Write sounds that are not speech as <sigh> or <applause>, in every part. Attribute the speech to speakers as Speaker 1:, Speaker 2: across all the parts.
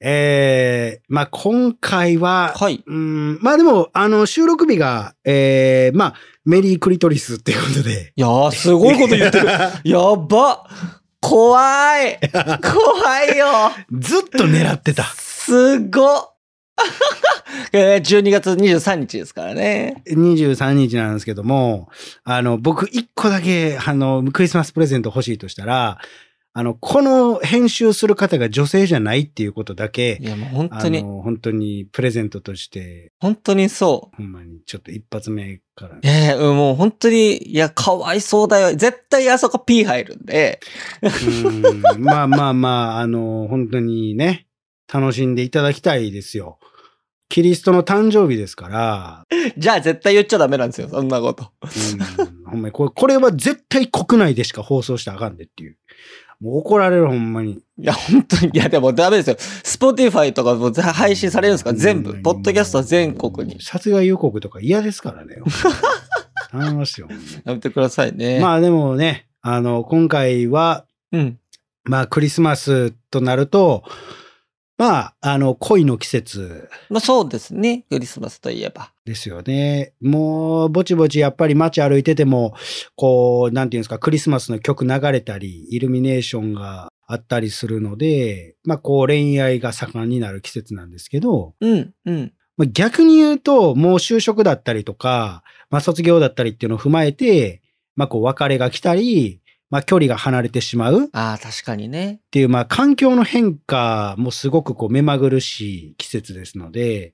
Speaker 1: えー、まあ今回は、
Speaker 2: はい。
Speaker 1: うん、まあでも、あの、収録日が、えー、まあ、メリークリトリスっていうことで。
Speaker 2: いやー、すごいこと
Speaker 1: <laughs>
Speaker 2: 言ってる。やば怖い怖いよ
Speaker 1: ずっと狙ってた。
Speaker 2: すご <laughs> っえー12月23日ですからね。
Speaker 1: 23日なんですけども、あの、僕一個だけ、あの、クリスマスプレゼント欲しいとしたら、あの、この編集する方が女性じゃないっていうことだけ
Speaker 2: い、や、もう本当
Speaker 1: あ
Speaker 2: に、
Speaker 1: の、本当にプレゼントとして、
Speaker 2: 本当にそう。
Speaker 1: ほんまに、ちょっと一発目から。
Speaker 2: ええもう本当に、いや、かわいそうだよ。絶対あそこ P 入るんで。
Speaker 1: うんまあまあまあ、あの、本当にね、楽しんでいただきたいですよ。キリストの誕生日ですから、
Speaker 2: じゃあ絶対言っちゃダメなんですよ、そんなこと。
Speaker 1: うん、ほんまにこれ、これは絶対国内でしか放送したらあかんでっていう。もう怒られる、ほんまに。
Speaker 2: いや、本当に、いや、でもダメですよ。Spotify とかもぜ配信されるんですか全
Speaker 1: う
Speaker 2: 部。
Speaker 1: ん
Speaker 2: ポッドキャストは全国に。
Speaker 1: 殺害予告とか嫌ですから
Speaker 2: <laughs>
Speaker 1: ね。ほんまに頼みますよ。ほんまに
Speaker 2: やめてくださいね。
Speaker 1: まあでもね、あの、今回は、
Speaker 2: うん。
Speaker 1: まあクリスマスとなると、まあ、あの、恋の季節
Speaker 2: まあそうですね。クリスマスといえば。
Speaker 1: ですよね。もう、ぼちぼちやっぱり街歩いてても、こう、なんていうんですか、クリスマスの曲流れたり、イルミネーションがあったりするので、まあこう、恋愛が盛んになる季節なんですけど、
Speaker 2: うん、うん。
Speaker 1: まあ、逆に言うと、もう就職だったりとか、まあ、卒業だったりっていうのを踏まえて、まあ、こう、別れが来たり、まあ、距離が離れてしまうっ
Speaker 2: ああ、確かにね。
Speaker 1: ていう、まあ、環境の変化もすごくこう、目まぐるしい季節ですので、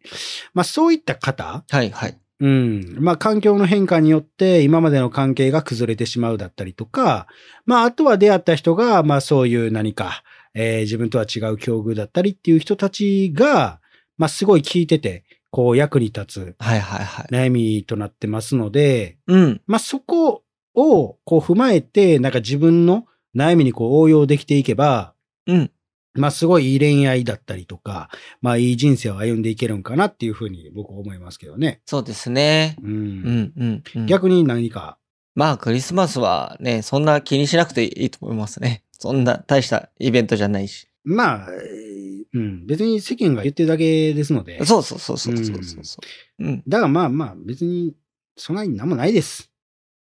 Speaker 1: まあ、そういった方、
Speaker 2: はい、はい。
Speaker 1: うん、まあ、環境の変化によって、今までの関係が崩れてしまうだったりとか、まあ、あとは出会った人が、まあ、そういう何か、えー自分とは違う境遇だったりっていう人たちが、まあ、すごい聞いてて、こう、役に立つ、
Speaker 2: はい、はい、はい。
Speaker 1: 悩みとなってますので、
Speaker 2: うん。
Speaker 1: まあ、そこをこう踏まえて、なんか自分の悩みにこう応用できていけば、
Speaker 2: うん。
Speaker 1: まあ、すごいいい恋愛だったりとか、まあ、いい人生を歩んでいけるんかなっていうふうに僕は思いますけどね。
Speaker 2: そうですね。
Speaker 1: うん。
Speaker 2: うん、うん、うん。
Speaker 1: 逆に何か、
Speaker 2: まあ、クリスマスはね、そんな気にしなくていいと思いますね。そんな大したイベントじゃないし。
Speaker 1: まあ、えーうん、別に世間が言ってるだけですので、
Speaker 2: そうそうそうそうそうそうそう。うん。
Speaker 1: だからまあまあ、別に、そんなになんもないです。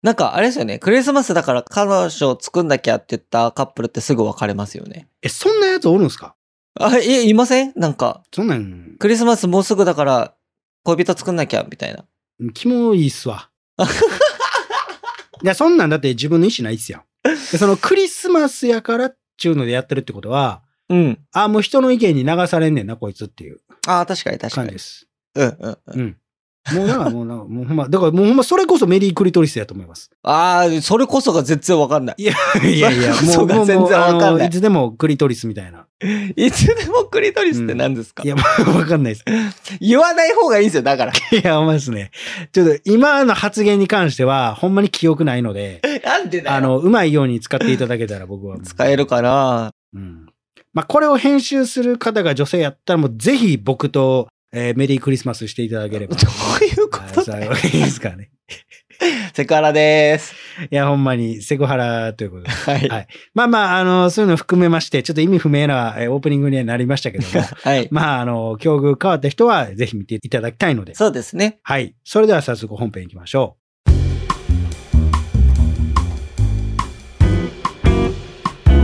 Speaker 2: なんか、あれですよね。クリスマスだから彼女を作んなきゃって言ったカップルってすぐ別れますよね。
Speaker 1: え、そんなやつおるんすか
Speaker 2: あ、え、いませんなんか、
Speaker 1: そんなん、
Speaker 2: クリスマスもうすぐだから恋人作んなきゃみたいな。
Speaker 1: キモいっす
Speaker 2: <laughs>
Speaker 1: わ。いや、そんなんだって自分の意思ないっすよ。でそのクリスマスやからっちゅうのでやってるってことは、
Speaker 2: うん。
Speaker 1: あもう人の意見に流されんねんな、こいつっていう
Speaker 2: ああ、確かに確か
Speaker 1: 感じ
Speaker 2: に
Speaker 1: で。す。
Speaker 2: うんうんうん。
Speaker 1: うん。もうだから、もうなんか、もうほんま、だからもうほんま、それこそメリークリトリスやと思います。
Speaker 2: ああ、それこそが全然わかん <laughs> ない。
Speaker 1: いや、いやいや、も、
Speaker 2: そううか
Speaker 1: もう、
Speaker 2: 全
Speaker 1: もう
Speaker 2: 然わかんない
Speaker 1: あのいつでもクリトリスみたいな。
Speaker 2: <laughs> いつでもクリトリスって何ですか、
Speaker 1: いや、まあわかんないです。
Speaker 2: 言わない方がいいんですよ、だか
Speaker 1: <laughs>
Speaker 2: ら。
Speaker 1: いや、ほんまですね。ちょっと、今の発言に関しては、ほんまに記憶ないので、
Speaker 2: <laughs> なんでだよ。
Speaker 1: あの、うまいように使っていただけたら僕はもう。
Speaker 2: 使えるかな
Speaker 1: うん。まあ、これを編集する方が女性やったら、もうぜひ僕と、えーメリークリスマスしていただけれ
Speaker 2: <laughs> ど
Speaker 1: ば。
Speaker 2: ういうこ
Speaker 1: はい
Speaker 2: と
Speaker 1: そ
Speaker 2: だ
Speaker 1: う
Speaker 2: よ
Speaker 1: いうわけですからね。
Speaker 2: <laughs> セクハラです。
Speaker 1: いや、ほんまにセクハラということで。
Speaker 2: はい。
Speaker 1: はいまあまあ、あの、そういうの含めまして、ちょっと意味不明なえーオープニングにはなりましたけども、
Speaker 2: <laughs> はい。
Speaker 1: まあ、あの、境遇変わった人はぜひ見ていただきたいので。
Speaker 2: そうですね。 <laughs>
Speaker 1: はい。それでは早速本編行きましょ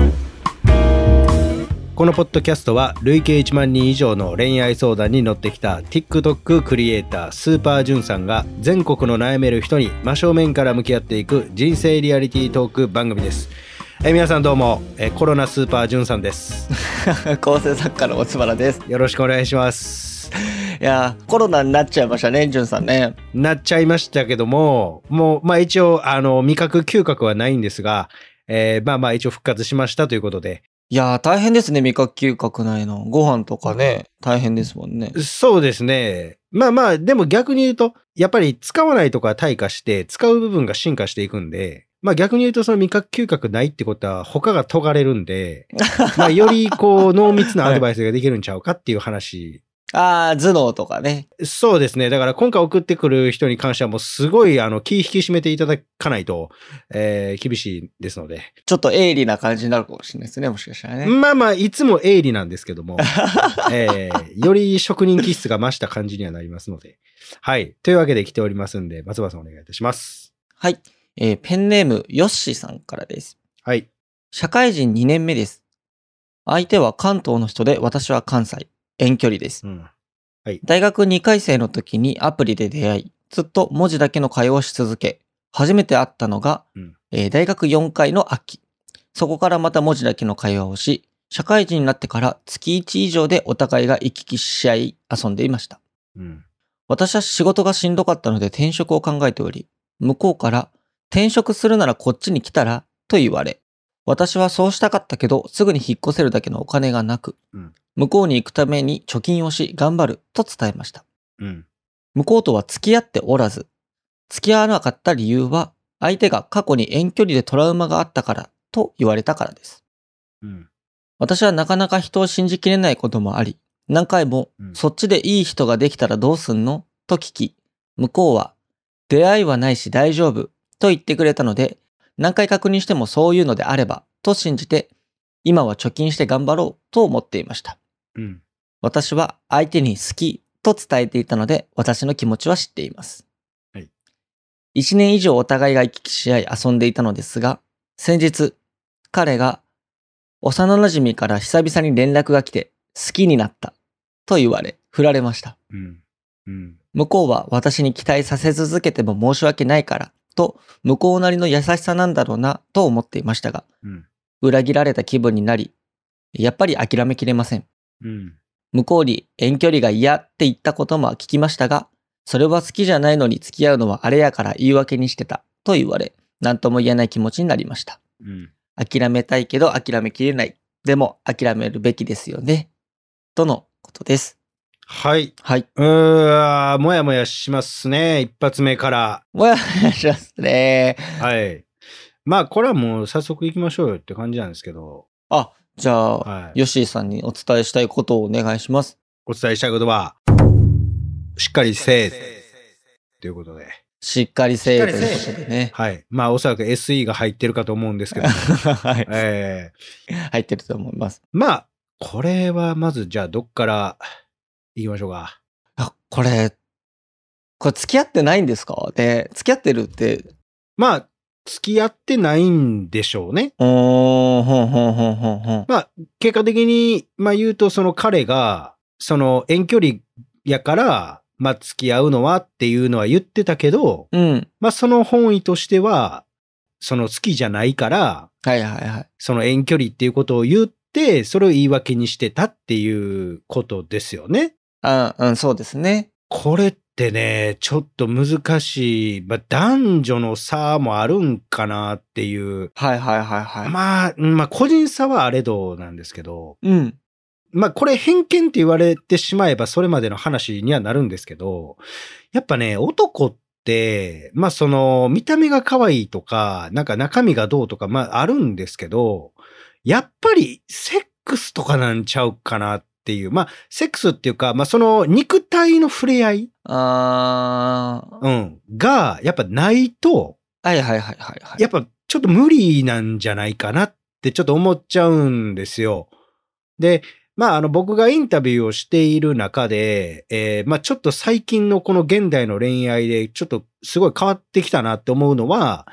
Speaker 1: う。このポッドキャストは累計1万人以上の恋愛相談に乗ってきた TikTok クリエイタースーパージュンさんが全国の悩める人に真正面から向き合っていく人生リアリティートーク番組です。え皆さんどうもえコロナスーパージュンさんです。
Speaker 2: 構成作家の松原です。
Speaker 1: よろしくお願いします。
Speaker 2: いやー、コロナになっちゃいましたね、じゅんさんね。
Speaker 1: なっちゃいましたけども、もう、まあ一応、あの、味覚、嗅覚はないんですが、えーまあまあ一応復活しましたということで。
Speaker 2: いやー、大変ですね、味覚嗅覚ないの。ご飯とかね、大変ですもんね。
Speaker 1: そうですね。まあまあ、でも逆に言うと、やっぱり使わないとか退化して、使う部分が進化していくんで、まあ逆に言うとその味覚嗅覚ないってことは他が尖れるんで、まあよりこう濃密なアドバイスができるんちゃうかっていう話
Speaker 2: ああ、頭脳とかね。
Speaker 1: そうですね。だから今回送ってくる人に関してはもうすごいあの気引き締めていただかないと、えー厳しいですので。
Speaker 2: ちょっと鋭利な感じになるかもしれないですね、もしかしたらね。
Speaker 1: まあまあ、いつも鋭利なんですけども、 <laughs> えーより職人気質が増した感じにはなりますので。はい。というわけで来ておりますんで、松葉さんお願いいたします。
Speaker 2: はい。えーペンネーム、ヨッシーさんからです。
Speaker 1: はい。
Speaker 2: 社会人2年目です。相手は関東の人で、私は関西。遠距離です。
Speaker 1: うん。
Speaker 2: 大学2回生の時にアプリで出会い、ずっと文字だけの会話をし続け、初めて会ったのが、
Speaker 1: うん
Speaker 2: えー大学4回の秋。そこからまた文字だけの会話をし、社会人になってから月1以上でお互いが行き来し合い遊んでいました。
Speaker 1: うん。
Speaker 2: 私は仕事がしんどかったので転職を考えており、向こうから転職するならこっちに来たらと言われ、私はそうしたかったけどすぐに引っ越せるだけのお金がなく、
Speaker 1: うん
Speaker 2: 向こうに行くために貯金をし頑張ると伝えました。
Speaker 1: うん。
Speaker 2: 向こうとは付き合っておらず、付き合わなかった理由は相手が過去に遠距離でトラウマがあったからと言われたからです。
Speaker 1: うん。
Speaker 2: 私はなかなか人を信じきれないこともあり、何回も
Speaker 1: う、ん
Speaker 2: そっちでいい人ができたらどうすんのと聞き、向こうは、出会いはないし大丈夫と言ってくれたので、何回確認してもそういうのであればと信じて、今は貯金して頑張ろうと思っていました。
Speaker 1: うん。
Speaker 2: 私は相手に好きと伝えていたので、私の気持ちは知っています。
Speaker 1: はい
Speaker 2: 1年以上お互いが行き来し合い遊んでいたのですが、先日、彼が、幼馴染から久々に連絡が来て、好きになった、と言われ、振られました。
Speaker 1: うん。うん。
Speaker 2: 向こうは私に期待させ続けても申し訳ないから、と、向こうなりの優しさなんだろうな、と思っていましたが、
Speaker 1: うん。
Speaker 2: 裏切られた気分になり、やっぱり諦めきれません。
Speaker 1: うん。
Speaker 2: 向こうに遠距離が嫌って言ったことも聞きましたが、それは好きじゃないのに付き合うのはあれやから言い訳にしてたと言われ、何とも言えない気持ちになりました。
Speaker 1: うん。
Speaker 2: 諦めたいけど諦めきれない。でも諦めるべきですよね。とのことです。
Speaker 1: はい。
Speaker 2: はい。
Speaker 1: うーもやもやしますね。一発目から。
Speaker 2: もやもやしますね。
Speaker 1: はい。まあ、これはもう早速行きましょうよって感じなんですけど。
Speaker 2: あ、じゃあ、
Speaker 1: はい。
Speaker 2: ヨッシーさんにお伝えしたいことをお願いします。
Speaker 1: お伝えしたいことは、しっかりせえ。ということで。
Speaker 2: しっかりせえ
Speaker 1: しっ
Speaker 2: と
Speaker 1: かり
Speaker 2: いうこ
Speaker 1: せえ
Speaker 2: とでね。
Speaker 1: はい。まあ、おそらく SE が入ってるかと思うんですけど。
Speaker 2: <laughs> はい。
Speaker 1: えー
Speaker 2: 入ってると思います。
Speaker 1: まあ、これはまず、じゃあ、どっから行きましょうか。
Speaker 2: あこれ、これ付き合ってないんですかで、付き合ってるって、
Speaker 1: まあ、付き合ってないんでしょうね。
Speaker 2: うーん、ほんほんほんほんほん。
Speaker 1: 結果的に、まあ言うと、その彼が、その遠距離やから、まあ付き合うのはっていうのは言ってたけど、
Speaker 2: うん。
Speaker 1: まあその本意としては、その好きじゃないから、
Speaker 2: はいはいはい。
Speaker 1: その遠距離っていうことを言って、それを言い訳にしてたっていうことですよね。
Speaker 2: あうん、そうですね。
Speaker 1: これってね、ちょっと難しい、まあ男女の差もあるんかなっていう、
Speaker 2: はいはいはいはい。
Speaker 1: まあ、うんまあ個人差はあれどなんですけど、
Speaker 2: うん。
Speaker 1: まあこれ偏見って言われてしまえばそれまでの話にはなるんですけど、やっぱね、男って、まあその見た目が可愛いとか、なんか中身がどうとか、まああるんですけど、やっぱりセックスとかなんちゃうかなっていう、まあセックスっていうか、まあその肉体の触れ合い、
Speaker 2: あー
Speaker 1: うん、がやっぱないと、
Speaker 2: はいはいはいはいはい。
Speaker 1: やっぱちょっと無理なんじゃないかなってちょっと思っちゃうんですよ。で、まああの僕がインタビューをしている中で、えーまあちょっと最近のこの現代の恋愛でちょっとすごい変わってきたなって思うのは、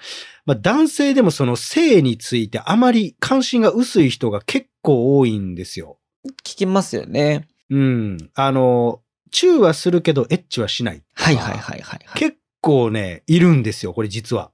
Speaker 1: まあ男性でもその性についてあまり関心が薄い人が結構多いんですよ。
Speaker 2: 聞きますよね。
Speaker 1: うん。あの、チューはするけどエッチはしない。
Speaker 2: はいはいはいはい、はい。
Speaker 1: 結構ね、いるんですよ、これ実は。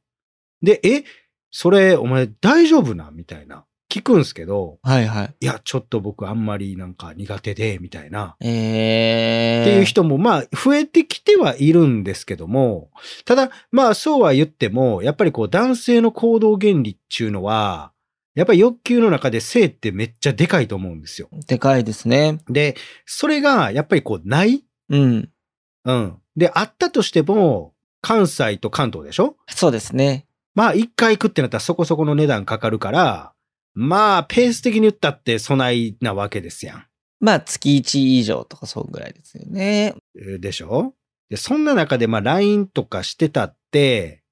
Speaker 1: で、え、それ、お前大丈夫なみたいな。聞くんすけど、
Speaker 2: はいはい。
Speaker 1: いや、ちょっと僕あんまりなんか苦手で、みたいな。
Speaker 2: えー。
Speaker 1: っていう人も、まあ、増えてきてはいるんですけども、ただ、まあ、そうは言っても、やっぱりこう、男性の行動原理っていうのは、やっぱり欲求の中で性ってめっちゃでかいと思うんですよ。
Speaker 2: でかいですね。
Speaker 1: で、それが、やっぱりこう、ない
Speaker 2: うん。
Speaker 1: うん。で、あったとしても、関西と関東でしょ
Speaker 2: そうですね。
Speaker 1: まあ、一回食ってなったらそこそこの値段かかるから、まあ、ペース的に言ったって備えなわけですやん。
Speaker 2: まあ月1以上とかそんぐらいですよね。
Speaker 1: でしょで、そんな中でまあ LINE とかしてたって、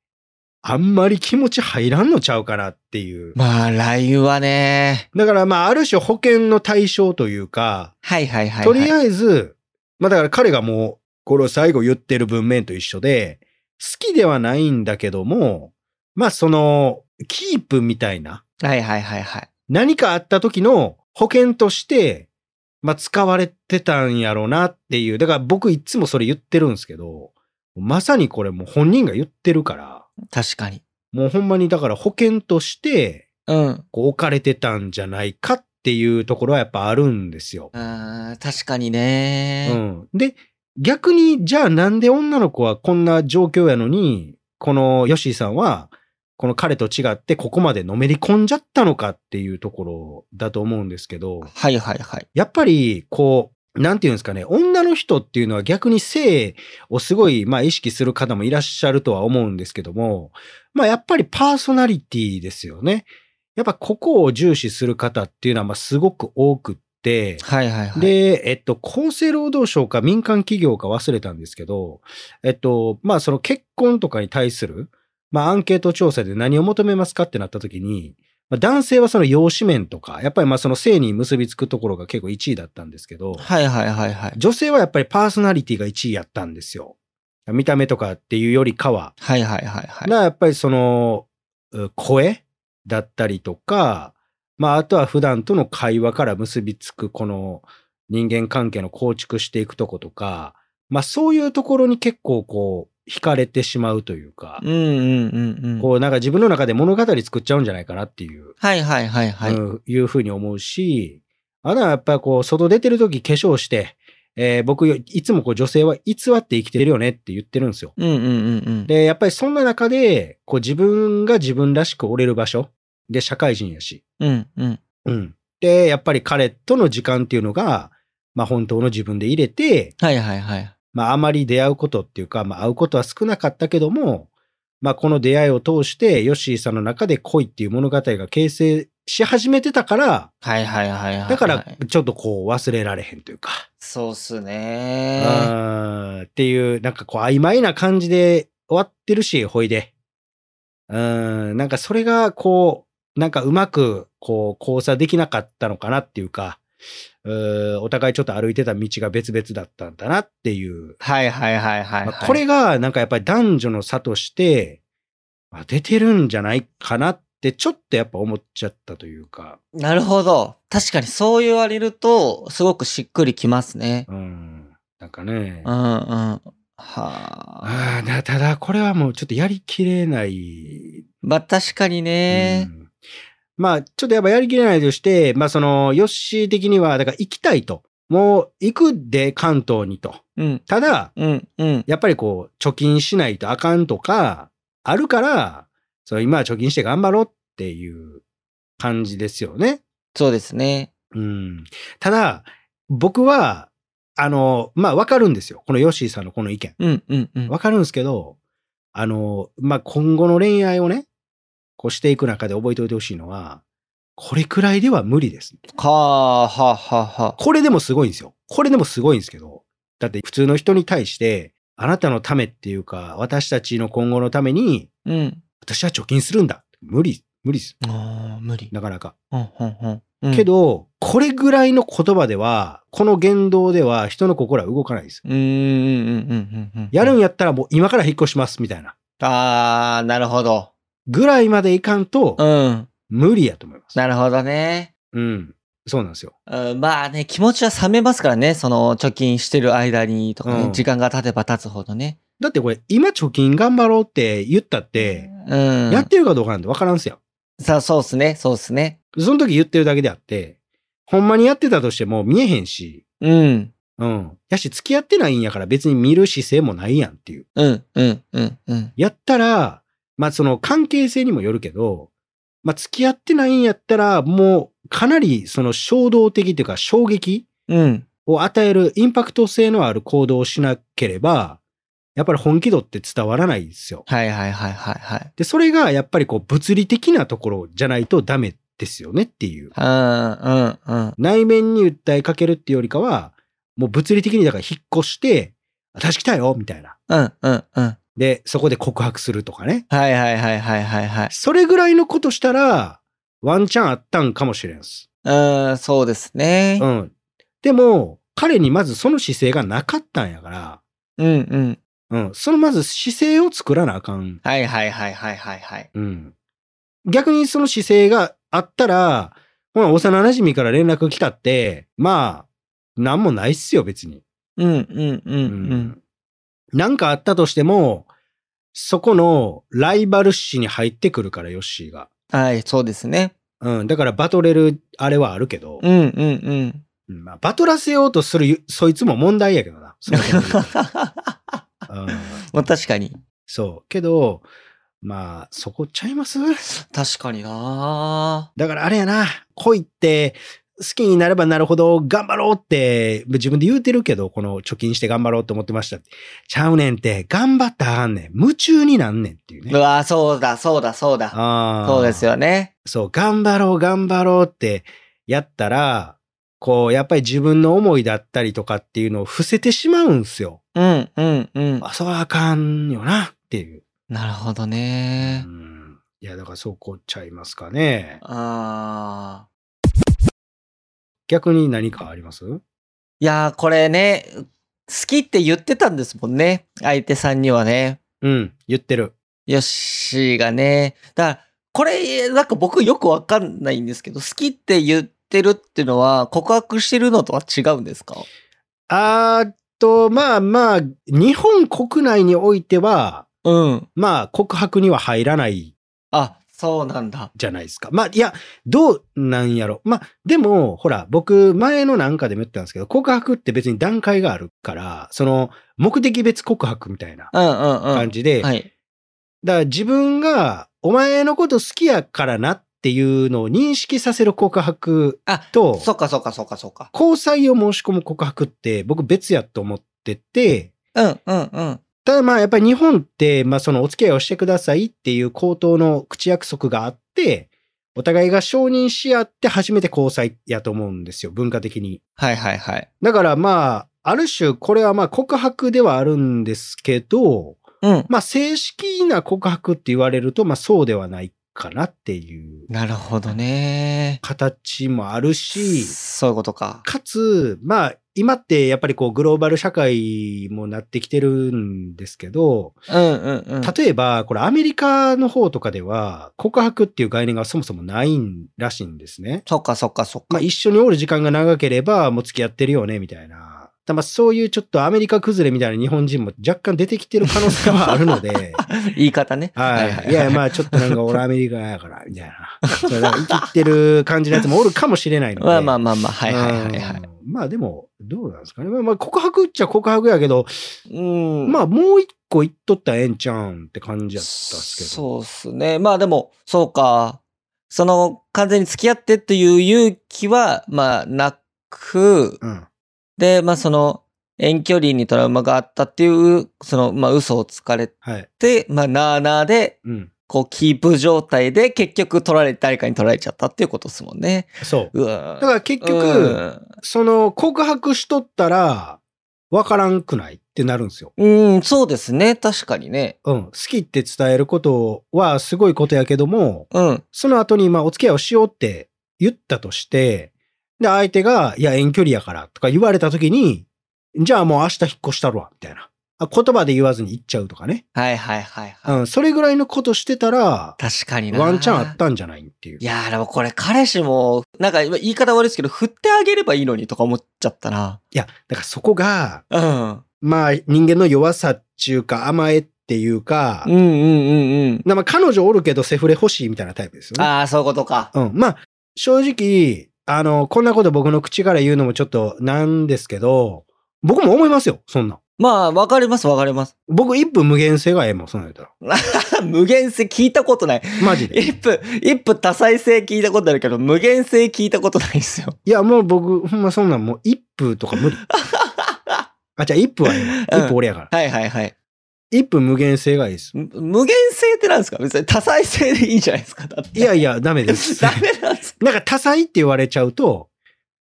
Speaker 1: あんまり気持ち入らんのちゃうかなっていう。
Speaker 2: まあ LINE はね、
Speaker 1: だからまあある種保険の対象というか、
Speaker 2: はいはいはい、はい。
Speaker 1: とりあえず、まあだから彼がもう、これを最後言ってる文面と一緒で、好きではないんだけども、まあその、キープみたいな、
Speaker 2: はいはいはいはい。
Speaker 1: 何かあった時の保険として、まあ使われてたんやろうなっていう。だから僕いつもそれ言ってるんですけど、まさにこれもう本人が言ってるから、
Speaker 2: 確かに。
Speaker 1: もうほんまにだから保険として、
Speaker 2: うん。
Speaker 1: こう置かれてたんじゃないかっていうところはやっぱあるんですよ。
Speaker 2: あー確かに
Speaker 1: う
Speaker 2: ね、
Speaker 1: ん。で、逆に、じゃあなんで女の子はこんな状況やのに、このヨッシーさんは、この彼と違ってここまでのめり込んじゃったのかっていうところだと思うんですけど、
Speaker 2: はいはいはい。
Speaker 1: やっぱり、こう、なんていうんですかね、女の人っていうのは逆に性をすごい、まあ意識する方もいらっしゃるとは思うんですけども、まあやっぱりパーソナリティですよね。やっぱここを重視する方っていうのは、まあすごく多くって、
Speaker 2: はいはいはい。
Speaker 1: で、えっと、厚生労働省か民間企業か忘れたんですけど、えっと、まあ、その結婚とかに対する、まあ、アンケート調査で何を求めますかってなった時に、まあ、男性はその容姿面とか、やっぱりまあ、その性に結びつくところが結構1位だったんですけど、
Speaker 2: はいはいはいはい。
Speaker 1: 女性はやっぱりパーソナリティが1位やったんですよ。見た目とかっていうよりかは。
Speaker 2: はいはいはいはい。
Speaker 1: な、やっぱりその、う声だったりとか、まあ、あとは普段との会話から結びつく、この人間関係の構築していくとことか、まあ、そういうところに結構こう、惹かれてしまうというか
Speaker 2: う、んうんうんうん。
Speaker 1: こう、なんか自分の中で物語作っちゃうんじゃないかなっていう、
Speaker 2: はいはいはいはい。
Speaker 1: うんいうふうに思うし、あとはやっぱりこう、外出てる時化粧して、えー僕、いつもこう、女性は偽って生きてるよねって言ってるんですよ。
Speaker 2: うんうんうんうん。
Speaker 1: で、やっぱりそんな中で、こう自分が自分らしく折れる場所。で、社会人やし。
Speaker 2: うんうん。
Speaker 1: うん。で、やっぱり彼との時間っていうのが、まあ本当の自分で入れて、
Speaker 2: はいはいはい。
Speaker 1: まああまり出会うことっていうか、まあ会うことは少なかったけども、まあこの出会いを通して、ヨッシーさんの中で恋っていう物語が形成し始めてたから、
Speaker 2: はいはいはいはい。
Speaker 1: だから、ちょっとこう忘れられへんというか、
Speaker 2: そうっすね。
Speaker 1: うんっていう、なんかこう曖昧な感じで終わってるし、ほいで。うん、なんかそれがこう、なんかうまくこう交差できなかったのかなっていうか、うんお互いちょっと歩いてた道が別々だったんだなっていう。
Speaker 2: はいはいはいはい、はい
Speaker 1: まあこれがなんかやっぱり男女の差として、まあ出てるんじゃないかなってちょっとやっぱ思っちゃったというか。
Speaker 2: なるほど。確かにそう言われると、すごくしっくりきますね。
Speaker 1: うん、なんかね。
Speaker 2: うんうん。は
Speaker 1: あ
Speaker 2: あ。
Speaker 1: ーなただこれはもうちょっとやりきれない
Speaker 2: まあ確かにね。
Speaker 1: うんまあ、ちょっとやっぱやりきれないとして、まあその、ヨッシー的には、だから行きたいと。もう行くで関東にと。
Speaker 2: うん。
Speaker 1: ただ、
Speaker 2: うんうん。
Speaker 1: やっぱりこう、貯金しないとあかんとか、あるから、その今は貯金して頑張ろうっていう感じですよね。
Speaker 2: そうですね。
Speaker 1: うん。ただ、僕は、あの、まあわかるんですよ。このヨッシーさんのこの意見。
Speaker 2: うんうんうん。
Speaker 1: わかるんですけど、あの、まあ、今後の恋愛をね、こうしていく中で覚えておいてほしいのは、これくらいでは無理です。
Speaker 2: はあはあはあはあ。
Speaker 1: これでもすごいんですよ。これでもすごいんですけど、だって普通の人に対して、あなたのためっていうか、私たちの今後のために、
Speaker 2: うん。
Speaker 1: 私は貯金するんだ。無理、無理です。
Speaker 2: ああ、無理。
Speaker 1: なかなか。
Speaker 2: うんうんうん。
Speaker 1: け、ど、これぐらいの言葉では、この言動では人の心は動かないです。
Speaker 2: うんうんうんうんうんうん。
Speaker 1: やるんやったらもう今から引っ越します、みたいな。
Speaker 2: ああ、なるほど。
Speaker 1: ぐらいまでいかんと
Speaker 2: う、ん。
Speaker 1: 無理やと思います。
Speaker 2: なるほどね。
Speaker 1: うん。そうなんですよ。
Speaker 2: うん、まあね、気持ちは冷めますからね。その、貯金してる間にとかね、
Speaker 1: うん
Speaker 2: 時間が経てば経つほどね。
Speaker 1: だってこれ、今貯金頑張ろうって言ったって、
Speaker 2: うん。
Speaker 1: やってるかどうかなんて分からんすよ。
Speaker 2: さあ、そうっすね、そうっすね。
Speaker 1: その時言ってるだけであって、ほんまにやってたとしても見えへんし、
Speaker 2: うん。
Speaker 1: うん。やし、付き合ってないんやから別に見る姿勢もないやんっていう。
Speaker 2: うん、うん、うん、うん。
Speaker 1: やったら、まあその関係性にもよるけど、まあ付き合ってないんやったら、もうかなりその衝動的というか衝撃
Speaker 2: うん。
Speaker 1: を与えるインパクト性のある行動をしなければ、やっぱり本気度って伝わらないですよ。
Speaker 2: はいはいはいはいはい。
Speaker 1: で、それがやっぱりこう物理的なところじゃないとダメっですよねっていう。
Speaker 2: あーうん、うん。
Speaker 1: 内面に訴えかけるっていうよりかは、もう物理的にだから引っ越して、私来たよみたいな。
Speaker 2: うん、うん、うん。
Speaker 1: で、そこで告白するとかね。
Speaker 2: はいはいはいはいはいはい。
Speaker 1: それぐらいのことしたら、ワンチャンあったんかもしれんす。
Speaker 2: うん、そうですね
Speaker 1: う。ん。でも、彼にまずその姿勢がなかったんやから、
Speaker 2: うん、うん。
Speaker 1: うん。そのまず姿勢を作らなあかん。
Speaker 2: はいはいはいはいはいはい。
Speaker 1: うん。逆にその姿勢があったら、ほな、幼馴染から連絡来たって、まあ、なんもないっすよ、別に。
Speaker 2: うん、うん、うん、う。。
Speaker 1: うんなんかあったとしても、そこのライバル視に入ってくるから、ヨッシーが。
Speaker 2: はい、そうですね。
Speaker 1: うん。だから、バトれる、あれはあるけど、
Speaker 2: うん、うん、うん。
Speaker 1: うんまあ、バトらせようとする、そいつも問題やけどな。その辺でうん
Speaker 2: <laughs> まあ確かに。
Speaker 1: そう。けど、まあ、そこちゃいます
Speaker 2: 確かにな
Speaker 1: だからあれやな、恋って、好きになればなるほど頑張ろうって、自分で言うてるけど、この貯金して頑張ろうと思ってました。ちゃうねんって、頑張ったらあかんねん。夢中になんねんっていう
Speaker 2: う
Speaker 1: ね。
Speaker 2: わーそうだ、そうだ、そうだ。
Speaker 1: あー
Speaker 2: そうです。よね。
Speaker 1: そう、頑張ろう、頑張ろうってやったら、こう、やっぱり自分の思いだったりとかっていうのを伏せてしまうんすよ。
Speaker 2: うん、うん、うん。
Speaker 1: あ、それはあかんよなっていう。
Speaker 2: なるほど
Speaker 1: う
Speaker 2: ね。
Speaker 1: ん。いや、だからそうこっちゃいますかね。
Speaker 2: あー
Speaker 1: 逆に何かあります
Speaker 2: いやー、これね、好きって言ってたんですもんね。相手さんにはね。
Speaker 1: うん、言ってる。
Speaker 2: ヨッシーがね。だから、これ、なんか僕よくわかんないんですけど、好きって言ってるっていうのは、告白してるのとは違うんですか
Speaker 1: あーっと、まあまあ、日本国内においては、
Speaker 2: うん。
Speaker 1: まあ告白には入らない
Speaker 2: あ、そうなんだ。
Speaker 1: じゃないですか。まあいや、どうなんやろ。まあでも、ほら、僕前のなんかでも言ったんですけど、告白って別に段階があるから、その目的別告白みたいな
Speaker 2: うんうんうん。
Speaker 1: 感じで、
Speaker 2: はい。
Speaker 1: だから自分がお前のこと好きやからなっていうのを認識させる告白
Speaker 2: あ
Speaker 1: と、
Speaker 2: そっかそっかそっかそっか。
Speaker 1: 交際を申し込む告白って僕別やと思ってて、
Speaker 2: うんうんうん。
Speaker 1: ただまあやっぱり日本って、まあそのお付き合いをしてくださいっていう口頭の口約束があって、お互いが承認し合って初めて交際やと思うんですよ、文化的に。
Speaker 2: はいはいはい。
Speaker 1: だからまあ、ある種これはまあ告白ではあるんですけど、
Speaker 2: うん。
Speaker 1: まあ正式な告白って言われるとまあそうではないかなっていう
Speaker 2: なるほどね。
Speaker 1: 形もあるし、
Speaker 2: そういうことか。
Speaker 1: かつ、まあ今ってやっぱりこうグローバル社会もなってきてるんですけど、
Speaker 2: うんうんうん。
Speaker 1: 例えば、これアメリカの方とかでは、告白っていう概念がそもそもないらしいんですね。
Speaker 2: そっかそっかそっ <laughs>
Speaker 1: まあ
Speaker 2: か。
Speaker 1: 一緒におる時間が長ければ、もう付き合ってるよね、みたいな。だまあそういうちょっとアメリカ崩れみたいな日本人も若干出てきてる可能性
Speaker 2: <laughs>
Speaker 1: はあるので、
Speaker 2: 言い方ね。
Speaker 1: はい。いや、まあちょっとなんか俺アメリカやから、みたいな。それなんか生きてる感じのやつもおるかもしれないので。
Speaker 2: <laughs> まあまあまあまあ、はいはいはいはい。
Speaker 1: うんまあでも、どうなんですかね。まあまあ告白っちゃ告白やけど、
Speaker 2: うん。
Speaker 1: ま
Speaker 2: あ、
Speaker 1: あもう一個言っとったらええんちゃうんって感じやったっすけど。
Speaker 2: そうっすね。まあでも、そうか。その、完全に付き合ってっていう勇気は、まあ、なく、
Speaker 1: うん。
Speaker 2: で、まあその、遠距離にトラウマがあったっていう、その、まあ嘘をつかれ
Speaker 1: はい。
Speaker 2: て、まあなあなあで、
Speaker 1: うん。
Speaker 2: こう、キープ状態で、結局取られ、誰かに取られちゃったっていうことですもんね。
Speaker 1: そう。
Speaker 2: うわ
Speaker 1: だ
Speaker 2: ー
Speaker 1: から結局、その告白しとったら、わからんくないってなるんですよ。
Speaker 2: うん、うん、そうですね。確かにね。
Speaker 1: うん。好きって伝えることはすごいことやけども、
Speaker 2: うん、
Speaker 1: その後に、まあ、お付き合いをしようって言ったとして、で、相手が、いや、遠距離やからとか言われた時に、じゃあもう明日引っ越したるわ、みたいな。あ言葉で言わずに行っちゃうとかね。
Speaker 2: はいはいはいはい。
Speaker 1: うん。それぐらいのことしてたら、
Speaker 2: 確かにな。
Speaker 1: ワンチャンあったんじゃないっていう
Speaker 2: い。やー、でもこれ彼氏も、なんか今言い方悪いですけど、振ってあげればいいのにとか思っちゃったな。
Speaker 1: いや、だからそこが、
Speaker 2: うん。うん
Speaker 1: まあ、人間の弱さっていうか、甘えっていうか、
Speaker 2: うんうんうん。
Speaker 1: なまあ彼女おるけどセフレ欲しいみたいなタイプですよね。
Speaker 2: ああ、そういうことか。
Speaker 1: うん。まあ、正直、あの、こんなこと僕の口から言うのもちょっとなんですけど、僕も思いますよ、そんなん。
Speaker 2: まあ、わかりますわかります。
Speaker 1: 僕、一分無限性がええもん、そんなんやったら。
Speaker 2: 無限性聞いたことない。
Speaker 1: マジで。
Speaker 2: <laughs> 一夫、一夫多妻性聞いたことあるけど、無限性聞いたことないですよ。 <laughs>
Speaker 1: いや、もう僕、ほんまそんなんもう一分とか無理。あ、じゃあ一分はええわ。一分俺やから。
Speaker 2: はいはいはい。
Speaker 1: 一夫無限性がいいです。
Speaker 2: む無限性ってなんですか別に多彩性でいいじゃないですかだって。
Speaker 1: いやいや、ダメです。
Speaker 2: <laughs> ダメなんです
Speaker 1: なんか多彩って言われちゃうと、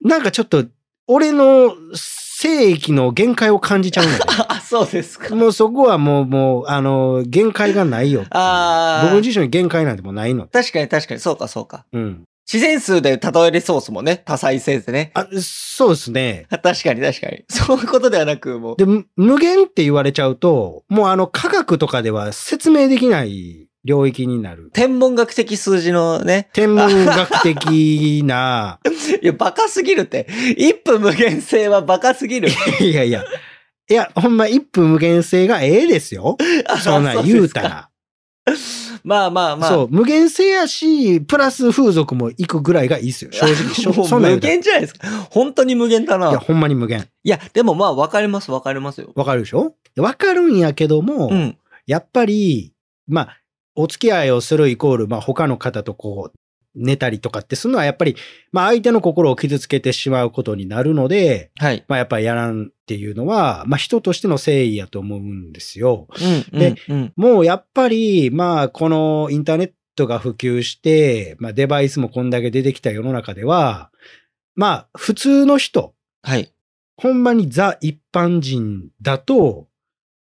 Speaker 1: なんかちょっと、俺の正義の限界を感じちゃうのよ。
Speaker 2: か <laughs> あ、そうですか。
Speaker 1: もうそこはもう、もう、あの、限界がないよ。
Speaker 2: あ
Speaker 1: 僕
Speaker 2: ー。
Speaker 1: 自身に限界なんてもうないの。
Speaker 2: 確かに確かに、そうかそうか。
Speaker 1: うん。
Speaker 2: 自然数で例えれそうですもんね。多彩性ってね。
Speaker 1: あ、そうですね。
Speaker 2: 確かに確かに。そういうことではなく、もう。
Speaker 1: で、む無限って言われちゃうと、もうあの科学とかでは説明できない領域になる。
Speaker 2: 天文学的数字のね、
Speaker 1: 天文学的
Speaker 2: <laughs>
Speaker 1: な、
Speaker 2: いや、バカすぎるって。一分無限性はバカすぎ <laughs> る。
Speaker 1: いやいや、いや、ほんま一分無限性がええですよ。そんな
Speaker 2: あ
Speaker 1: ん
Speaker 2: です
Speaker 1: 言うた。
Speaker 2: からまあまあまあ。
Speaker 1: そう、無限性やし、プラス風俗も行くぐらいがいいっすよ。正
Speaker 2: <laughs>
Speaker 1: 直、しょ
Speaker 2: もう
Speaker 1: そんなん言
Speaker 2: 無
Speaker 1: うたら
Speaker 2: 限じゃないですか。本当に無限だな。
Speaker 1: い
Speaker 2: い
Speaker 1: や、
Speaker 2: や、
Speaker 1: ほんまに無限。
Speaker 2: でもまあ、わかります、わかりますよ。
Speaker 1: わかるでしょわかるんやけども、
Speaker 2: うん。
Speaker 1: やっぱり、まあ、お付き合いをするイコール、まあ、他の方とこう、寝たりとかってするのは、やっぱり、まあ、相手の心を傷つけてしまうことになるので、
Speaker 2: はい。
Speaker 1: まあ、やっぱりやらんっていうのは、まあ、人としての誠意やと思うんですよ。
Speaker 2: うん。
Speaker 1: で
Speaker 2: うん、うん。
Speaker 1: もう、やっぱり、まあ、このインターネットが普及して、まあ、デバイスもこんだけ出てきた世の中では、まあ、普通の人、
Speaker 2: はい。
Speaker 1: ほんまにザ一般人だと、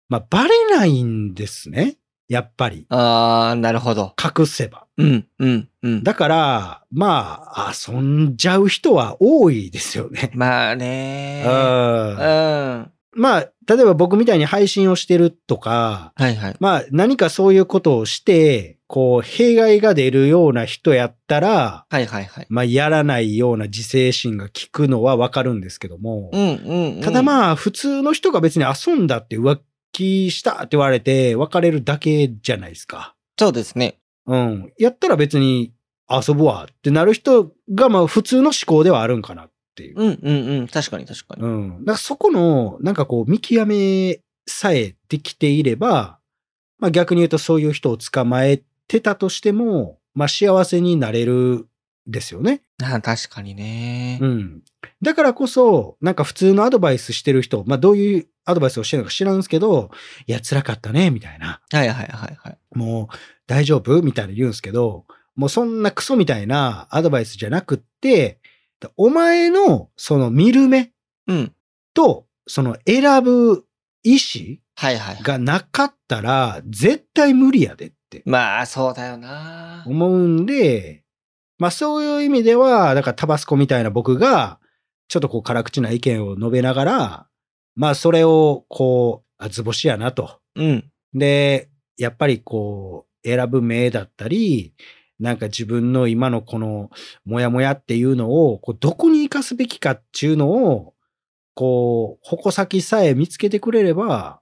Speaker 1: まあ、バレないんですね。やっぱり。
Speaker 2: あー、なるほど。
Speaker 1: 隠せば。
Speaker 2: うん、うん、うん。
Speaker 1: だから、まあ、遊んじゃう人は多いですよね。
Speaker 2: まあね
Speaker 1: うん
Speaker 2: うん。
Speaker 1: まあ、例えば僕みたいに配信をしてるとか、
Speaker 2: はいはい。
Speaker 1: まあ、何かそういうことをして、こう、弊害が出るような人やったら、
Speaker 2: はいはいはい。
Speaker 1: まあ、やらないような自制心が効くのはわかるんですけども、
Speaker 2: うんうん、うん。
Speaker 1: ただまあ、普通の人が別に遊んだって浮気したって言われて、別れるだけじゃないですか。
Speaker 2: そうですね。
Speaker 1: うん。やったら別に遊ぶわってなる人が、まあ普通の思考ではあるんかなっていう。
Speaker 2: うんうんうん。確かに確かに。
Speaker 1: うん。だからそこの、なんかこう、見極めさえできていれば、まあ逆に言うとそういう人を捕まえてたとしても、まあ幸せになれるですよね。
Speaker 2: あ確かにね、
Speaker 1: うん。だからこそ、なんか普通のアドバイスしてる人、まあどういうアドバイスをしてるのか知らんすけど、いや、辛かったね、みたいな。
Speaker 2: はいはいはいはい。
Speaker 1: もう大丈夫みたいな言うんですけど、もうそんなクソみたいなアドバイスじゃなくって、お前のその見る目
Speaker 2: うん。
Speaker 1: と、その選ぶ意思
Speaker 2: はいはいはい。
Speaker 1: がなかったら、絶対無理やでって
Speaker 2: まあ、そうだよな
Speaker 1: 思うんで、まあそういう意味では、だからタバスコみたいな僕が、ちょっとこう辛口な意見を述べながら、まあそれをこう、あ図星やなと。
Speaker 2: うん。
Speaker 1: で、やっぱりこう、選ぶ目だったり、なんか自分の今のこのモヤモヤっていうのを、こうどこに生かすべきかっていうのを、こう、矛先さえ見つけてくれれば、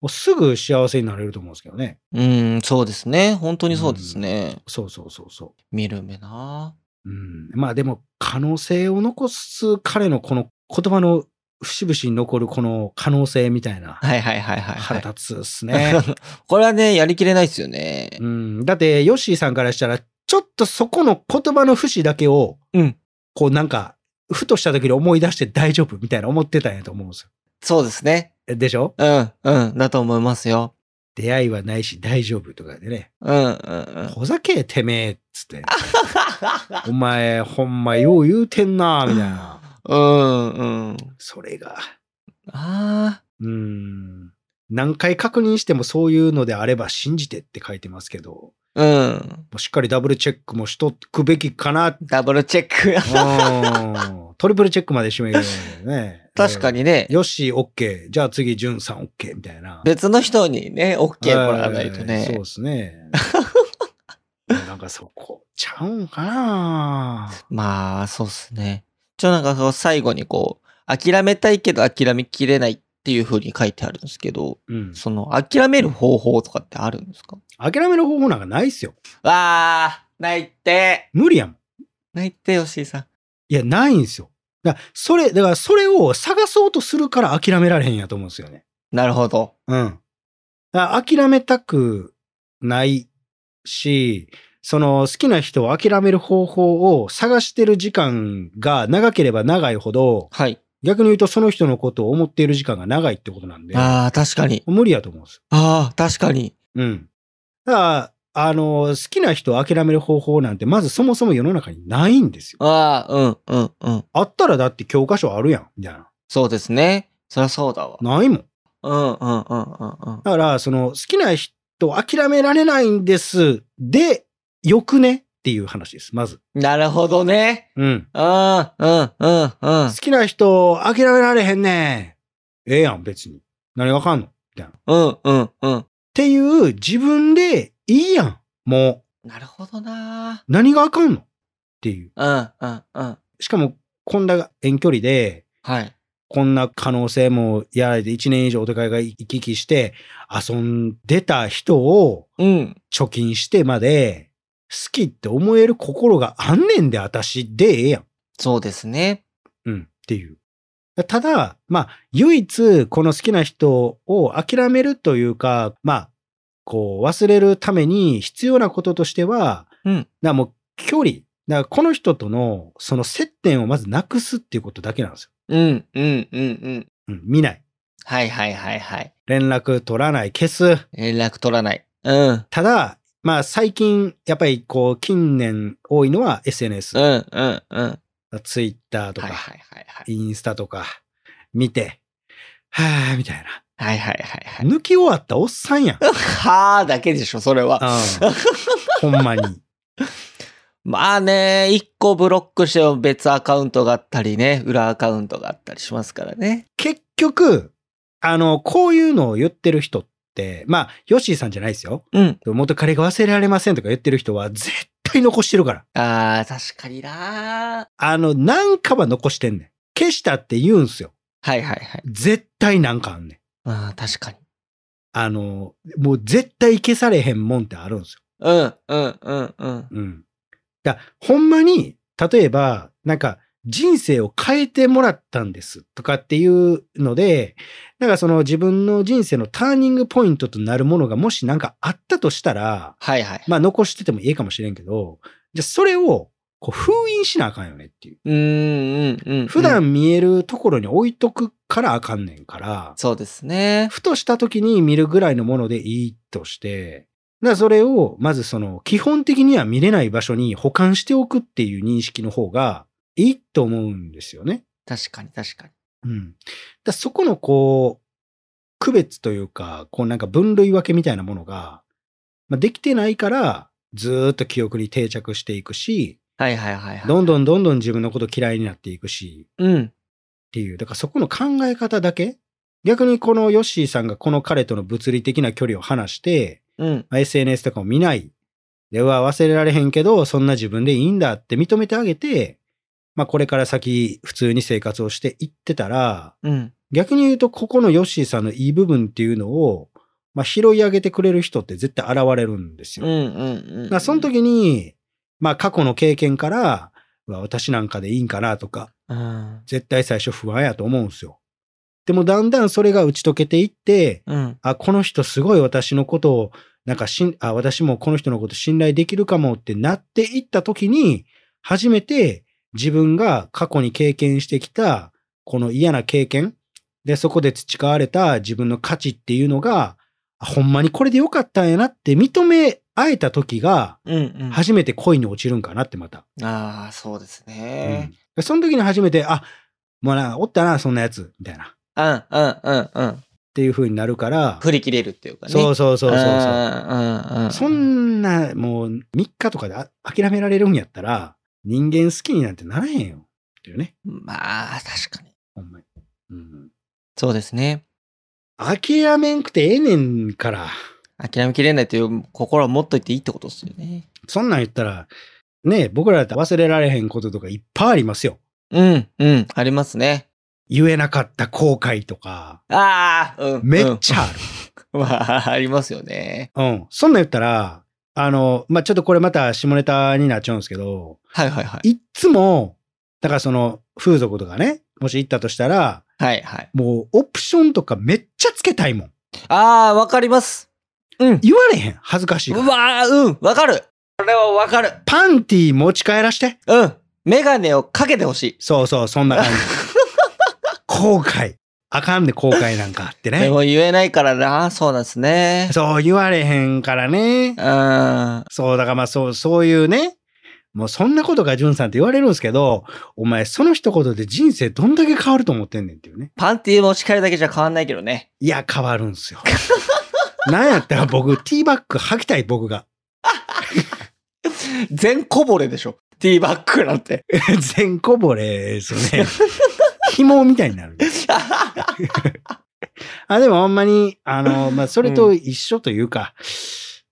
Speaker 1: もうすぐ幸せになれると思うんですけどね。
Speaker 2: うん、そうですね。本当にそうですね。
Speaker 1: そうそうそうそ
Speaker 2: 見る目な
Speaker 1: う。うん。まあでも、可能性を残す彼のこの言葉の節々に残るこの可能性みたいな、
Speaker 2: はいはいはいはい、はい。
Speaker 1: 腹立つっすね。
Speaker 2: <laughs> これはね、やりきれないですよね。
Speaker 1: うん、だって、ヨッシーさんからしたら、ちょっとそこの言葉の節だけを、
Speaker 2: うん
Speaker 1: こうなんか、ふとした時に思い出して大丈夫みたいな思ってたんやと思うんです
Speaker 2: そうですね。
Speaker 1: よ。でしょ
Speaker 2: うん、うん、だと思いますよ。
Speaker 1: 出会いはないし大丈夫とかでね。
Speaker 2: うん、うん、うん。
Speaker 1: ほざけてめえっつ
Speaker 2: <laughs>
Speaker 1: って。お前、ほんまよう言うてんなみたいな。
Speaker 2: うん、うん。
Speaker 1: それが。
Speaker 2: あ
Speaker 1: うん。何回確認してもそういうのであれば信じてって書いてますけど、も
Speaker 2: あ、うん。
Speaker 1: うしっかりダブルチェックもしとくべきか
Speaker 2: <laughs>
Speaker 1: な。
Speaker 2: ダブルチ
Speaker 1: <laughs>
Speaker 2: ェック。。
Speaker 1: うん。トリプルチェックまでしめるね
Speaker 2: 確かにね、
Speaker 1: よし、オッケー。じゃあ次、ジュンさん、オッケーみたいな。
Speaker 2: 別の人にね、OK もらわないと
Speaker 1: えーそう
Speaker 2: ね。
Speaker 1: です
Speaker 2: <laughs>
Speaker 1: ね。なんかそこ、ちゃうんかな
Speaker 2: まあ、そうっすね。ちょ、なんかそう最後にこう、諦めたいけど諦めきれないっていう風に書いてあるんですけど、
Speaker 1: うん。
Speaker 2: その、諦める方法とかってあるんですか
Speaker 1: 諦める方法なんかないっすよ。
Speaker 2: わー、泣いて。
Speaker 1: 無理やもん。
Speaker 2: 泣いて、吉井さん。
Speaker 1: いや、ないんすよ。だからそれ、だからそれを探そうとするから諦められへんやと思うんですよね。
Speaker 2: なるほど。
Speaker 1: うん。だから諦めたくないし、その好きな人を諦める方法を探してる時間が長ければ長いほど、
Speaker 2: はい。
Speaker 1: 逆に言うとその人のことを思っている時間が長いってことなんで、
Speaker 2: ああ、確かに。
Speaker 1: 無理やと思うんですよ。
Speaker 2: ああ、確かに。
Speaker 1: うん。だから、あの、好きな人を諦める方法なんて、まずそもそも世の中にないんですよ。
Speaker 2: ああ、うん、うん、うん。
Speaker 1: あったらだって教科書あるやん、みたいな。
Speaker 2: そうですね。そりゃそうだわ。
Speaker 1: ないもん。
Speaker 2: うん、うん、うん、うん、うん。
Speaker 1: だから、その、好きな人を諦められないんです。で、よくねっていう話です、まず。
Speaker 2: なるほどね。
Speaker 1: うん。
Speaker 2: ああ、うん、うん、うん
Speaker 1: 好。きな人を諦められへんねん。ええやん、別に。何がわかんのっ
Speaker 2: うん、うん、うん。
Speaker 1: ていう、自分でいいやん。も
Speaker 2: なるほどな
Speaker 1: う、何があかんのっていう。
Speaker 2: うん、うん、うん。
Speaker 1: しかも、こんな遠距離で、
Speaker 2: はい。
Speaker 1: こんな可能性もやられて1年以上お互いが行き来して遊んでた人を
Speaker 2: うん。
Speaker 1: 貯金してまで好きって思える心があんねんで私でええやん。
Speaker 2: そうですね。
Speaker 1: うん。っていう。ただ、まあ、唯一この好きな人を諦めるというか、まあ、こう忘れるために必要なこととしては、
Speaker 2: うん
Speaker 1: だからもう距離。だからこの人とのその接点をまずなくすっていうことだけなんですよ。
Speaker 2: うん、うん、うん、うん。
Speaker 1: うん。見ない。
Speaker 2: はい、はい、はい、はい。
Speaker 1: 連絡取らない、消す。
Speaker 2: 連絡取らない。うん、
Speaker 1: ただ、まあ最近、やっぱりこう、近年多いのは SNS
Speaker 2: うん、う、ん、うん。
Speaker 1: ツイッターとか、
Speaker 2: はい、はい、はい、はい。
Speaker 1: インスタとか、見て、はぁ、みたい
Speaker 2: はいはいはいはい。
Speaker 1: な。抜き終わったおっさんやん。うん
Speaker 2: はあだけでしょ、それは。
Speaker 1: <laughs> ほんまに。
Speaker 2: まあね、一個ブロックしても別アカウントがあったりね、裏アカウントがあったりしますからね。
Speaker 1: 結局、あの、こういうのを言ってる人って、まあ、ヨッシーさんじゃないですよ。
Speaker 2: うん。
Speaker 1: 元彼が忘れられませんとか言ってる人は、絶対残してるから。
Speaker 2: ああ、確かにな
Speaker 1: あの、なんかは残してんねん。消したって言うんすよ。
Speaker 2: はいはいはい。
Speaker 1: 絶対なんかあんねん。
Speaker 2: ああ、確かに。
Speaker 1: あの、もう絶対消されへんもんってあるんです
Speaker 2: うん、うん、うん、うん。
Speaker 1: よ。うん。だほんまに、例えば、なんか、人生を変えてもらったんですとかっていうので、なんかその自分の人生のターニングポイントとなるものがもしなんかあったとしたら、
Speaker 2: はいはい。
Speaker 1: まあ残しててもいいかもしれんけど、じゃあそれをこう封印しなあかんよねっていう。
Speaker 2: うーん、うん、うん。
Speaker 1: 普段見えるところに置いとくからあかんねんから、
Speaker 2: そうですね。
Speaker 1: ふとした時に見るぐらいのものでいいとして、だからそれを、まずその、基本的には見れない場所に保管しておくっていう認識の方がいいと思うんですよね。
Speaker 2: 確かに確かに。
Speaker 1: うん。だからそこのこう、区別というか、こうなんか分類分けみたいなものが、まあ、できてないから、ずーっと記憶に定着していくし、
Speaker 2: はいはいはいはい。
Speaker 1: どんどんどんどん自分のこと嫌いになっていくし、
Speaker 2: うん。
Speaker 1: っていう。だからそこの考え方だけ逆にこのヨッシーさんがこの彼との物理的な距離を離して、
Speaker 2: うん。
Speaker 1: まあ SNS とかも見ない。では忘れられへんけど、そんな自分でいいんだって認めてあげて、まあこれから先普通に生活をしていってたら、
Speaker 2: うん。
Speaker 1: 逆に言うとここのヨッシーさんのいい部分っていうのを、まあ拾い上げてくれる人って絶対現れるんです
Speaker 2: うん
Speaker 1: よ。
Speaker 2: うん
Speaker 1: だ
Speaker 2: う
Speaker 1: から
Speaker 2: ん。
Speaker 1: その時に、まあ過去の経験から、うわ私なんかでいいんかなとか、
Speaker 2: うん。
Speaker 1: 絶対最初不安やと思うんですよ。でもだんだんそれが打ち解けていって、
Speaker 2: うん。
Speaker 1: あ、この人すごい私のことを、なんかしん、あ、私もこの人のこと信頼できるかもってなっていった時に、初めて自分が過去に経験してきた、この嫌な経験、で、そこで培われた自分の価値っていうのが、あほんまにこれでよかったんやなって認め合えた時が、
Speaker 2: うんうん。
Speaker 1: 初めて恋に落ちるんかなってまた。
Speaker 2: ああ、そうです
Speaker 1: うん
Speaker 2: ね。
Speaker 1: でその時に初めて、あ、もうな、おったな、そんなやつ、みたいな。っ
Speaker 2: うん、うん、うん、うん。
Speaker 1: ていう風になるから、
Speaker 2: 振り切れるっていうかね。
Speaker 1: そうそうそうそうそう。
Speaker 2: んうんうん
Speaker 1: そんな、もう、3日とかであ諦められるんやったら、人間好きになんてならへんよ。っていうね。
Speaker 2: まあ、確かに。
Speaker 1: ほんまに。うん。
Speaker 2: そうですね。
Speaker 1: 諦めんくてええねんから、
Speaker 2: 諦めきれないという心を持っといていいってことですよね。
Speaker 1: そんなん言ったら、ね僕らだって忘れられへんこととかいっぱいありますよ。
Speaker 2: うん、うん、ありますね。
Speaker 1: 言えなかった後悔とか、
Speaker 2: ああ、うん。
Speaker 1: めっちゃある。
Speaker 2: うん。 <laughs> まあ、ありますよね。
Speaker 1: うん。そんなん言ったら、あの、まあ、ちょっとこれまた下ネタになっちゃうんですけど、
Speaker 2: はいはいはい。
Speaker 1: いっつも、だからその風俗とかね、もし行ったとしたら、
Speaker 2: はいはい。
Speaker 1: もうオプションとかめっちゃつけたいもん。
Speaker 2: ああ、わかります。うん。
Speaker 1: 言われへん。恥ずかしいうから。
Speaker 2: わあ、うん、わかる。これはわかる。
Speaker 1: パンティー持ち帰らして。
Speaker 2: うん。メガネをかけてほしい。 <laughs>
Speaker 1: そうそう、そんな感じ。後悔。あかんで後悔なんかって
Speaker 2: で
Speaker 1: ね。
Speaker 2: も言えないからな、そうなんです <laughs> ね。
Speaker 1: そう言われへんからね
Speaker 2: う。ん。
Speaker 1: そう、だからまあそう、そういうね。もうそんなことがんさんって言われるんですけど、お前その一言で人生どんだけ変わると思ってんねんっていうね。
Speaker 2: パンティー持ち帰るだけじゃ変わんないけどね。
Speaker 1: いや、変わるんすよ。 <laughs> なんやったら僕、ティーバッグ履きたい僕が。 <laughs>
Speaker 2: 全こぼれでしょ。ティーバッグなんて。
Speaker 1: 全こぼれですよね。 <laughs> 紐みたいになる。あ、でもほんまに、あの、まあ、それと一緒というか、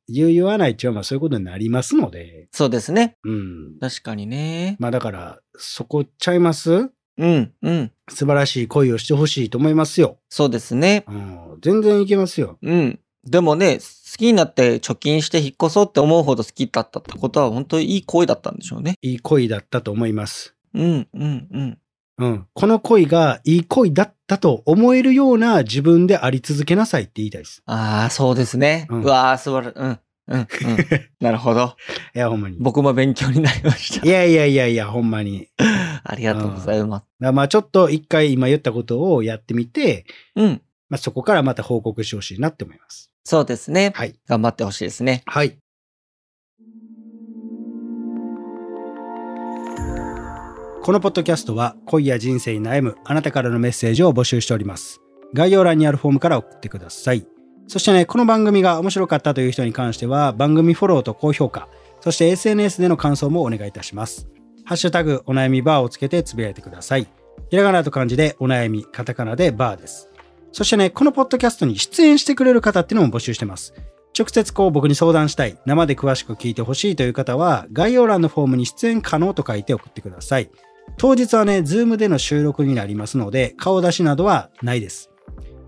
Speaker 1: 言う言わないっていうのはまあそういうことになりますので、
Speaker 2: <laughs> そうですね。
Speaker 1: うん。
Speaker 2: 確かにね。
Speaker 1: まあだから、そこちゃいます
Speaker 2: うん、うん。
Speaker 1: 素晴らしい恋をしてほしいと思いますよ。
Speaker 2: そうですね。
Speaker 1: うん、全然いけますよ。
Speaker 2: うん。でもね、好きになって貯金して引っ越そうって思うほど好きだったってことは本当にいい恋だったんでしょうね。
Speaker 1: いい恋だったと思います。
Speaker 2: うん、うん、うん。
Speaker 1: うん。この恋がいい恋だったと思えるような自分であり続けなさいって言いたいです。
Speaker 2: ああ、そうですね。
Speaker 1: う
Speaker 2: うんわあ、素晴らしい。うん、うん、うん。なるほど。
Speaker 1: いや、ほんまに。
Speaker 2: 僕も勉強になりまし <laughs>
Speaker 1: いやいやいやいや、ほんまに。だか
Speaker 2: た。ありがとうございます。
Speaker 1: らまあちょっと一回今言ったことをやってみて、
Speaker 2: うん。
Speaker 1: まあそこからまた報告してほしいなって思います。
Speaker 2: そうですね。
Speaker 1: はい。
Speaker 2: 頑張ってほしいですね。
Speaker 1: はい。このポッドキャストは恋や人生に悩むあなたからのメッセージを募集しております。概要欄にあるフォームから送ってください。そしてね、この番組が面白かったという人に関しては番組フォローと高評価、そして SNS での感想もお願いいたします。ハッシュタグお悩みバーをつけてつぶやいてください。ひらがなと漢字でお悩み、カタカナでバーです。そしてね、このポッドキャストに出演してくれる方っていうのも募集してます。直接こう僕に相談したい、生で詳しく聞いてほしいという方は、概要欄のフォームに出演可能と書いて送ってください。当日はね、Zoom での収録になりますので、顔出しなどはないです。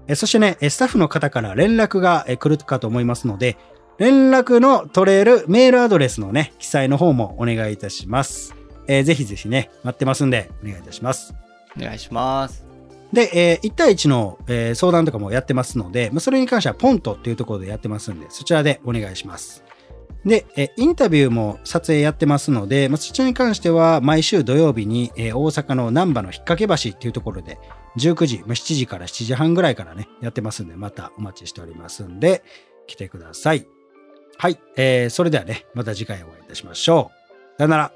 Speaker 1: えそしてね、えスタッフの方から連絡がえ来るかと思いますので、連絡の取れるメールアドレスのね、記載の方もお願いいたします。えーぜひぜひね、待ってますんで、お願いいたします。
Speaker 2: お願いします。
Speaker 1: で、えー1対1の、えー相談とかもやってますので、まあ、それに関してはポントっていうところでやってますんで、そちらでお願いします。で、えーインタビューも撮影やってますので、まあ、そちらに関しては毎週土曜日に、えー大阪の難波の引っ掛け橋っていうところで、19時、まあ、7時から7時半ぐらいからね、やってますんで、またお待ちしておりますんで、来てください。はい、えーそれではね、また次回お会いいたしましょう。さよなら。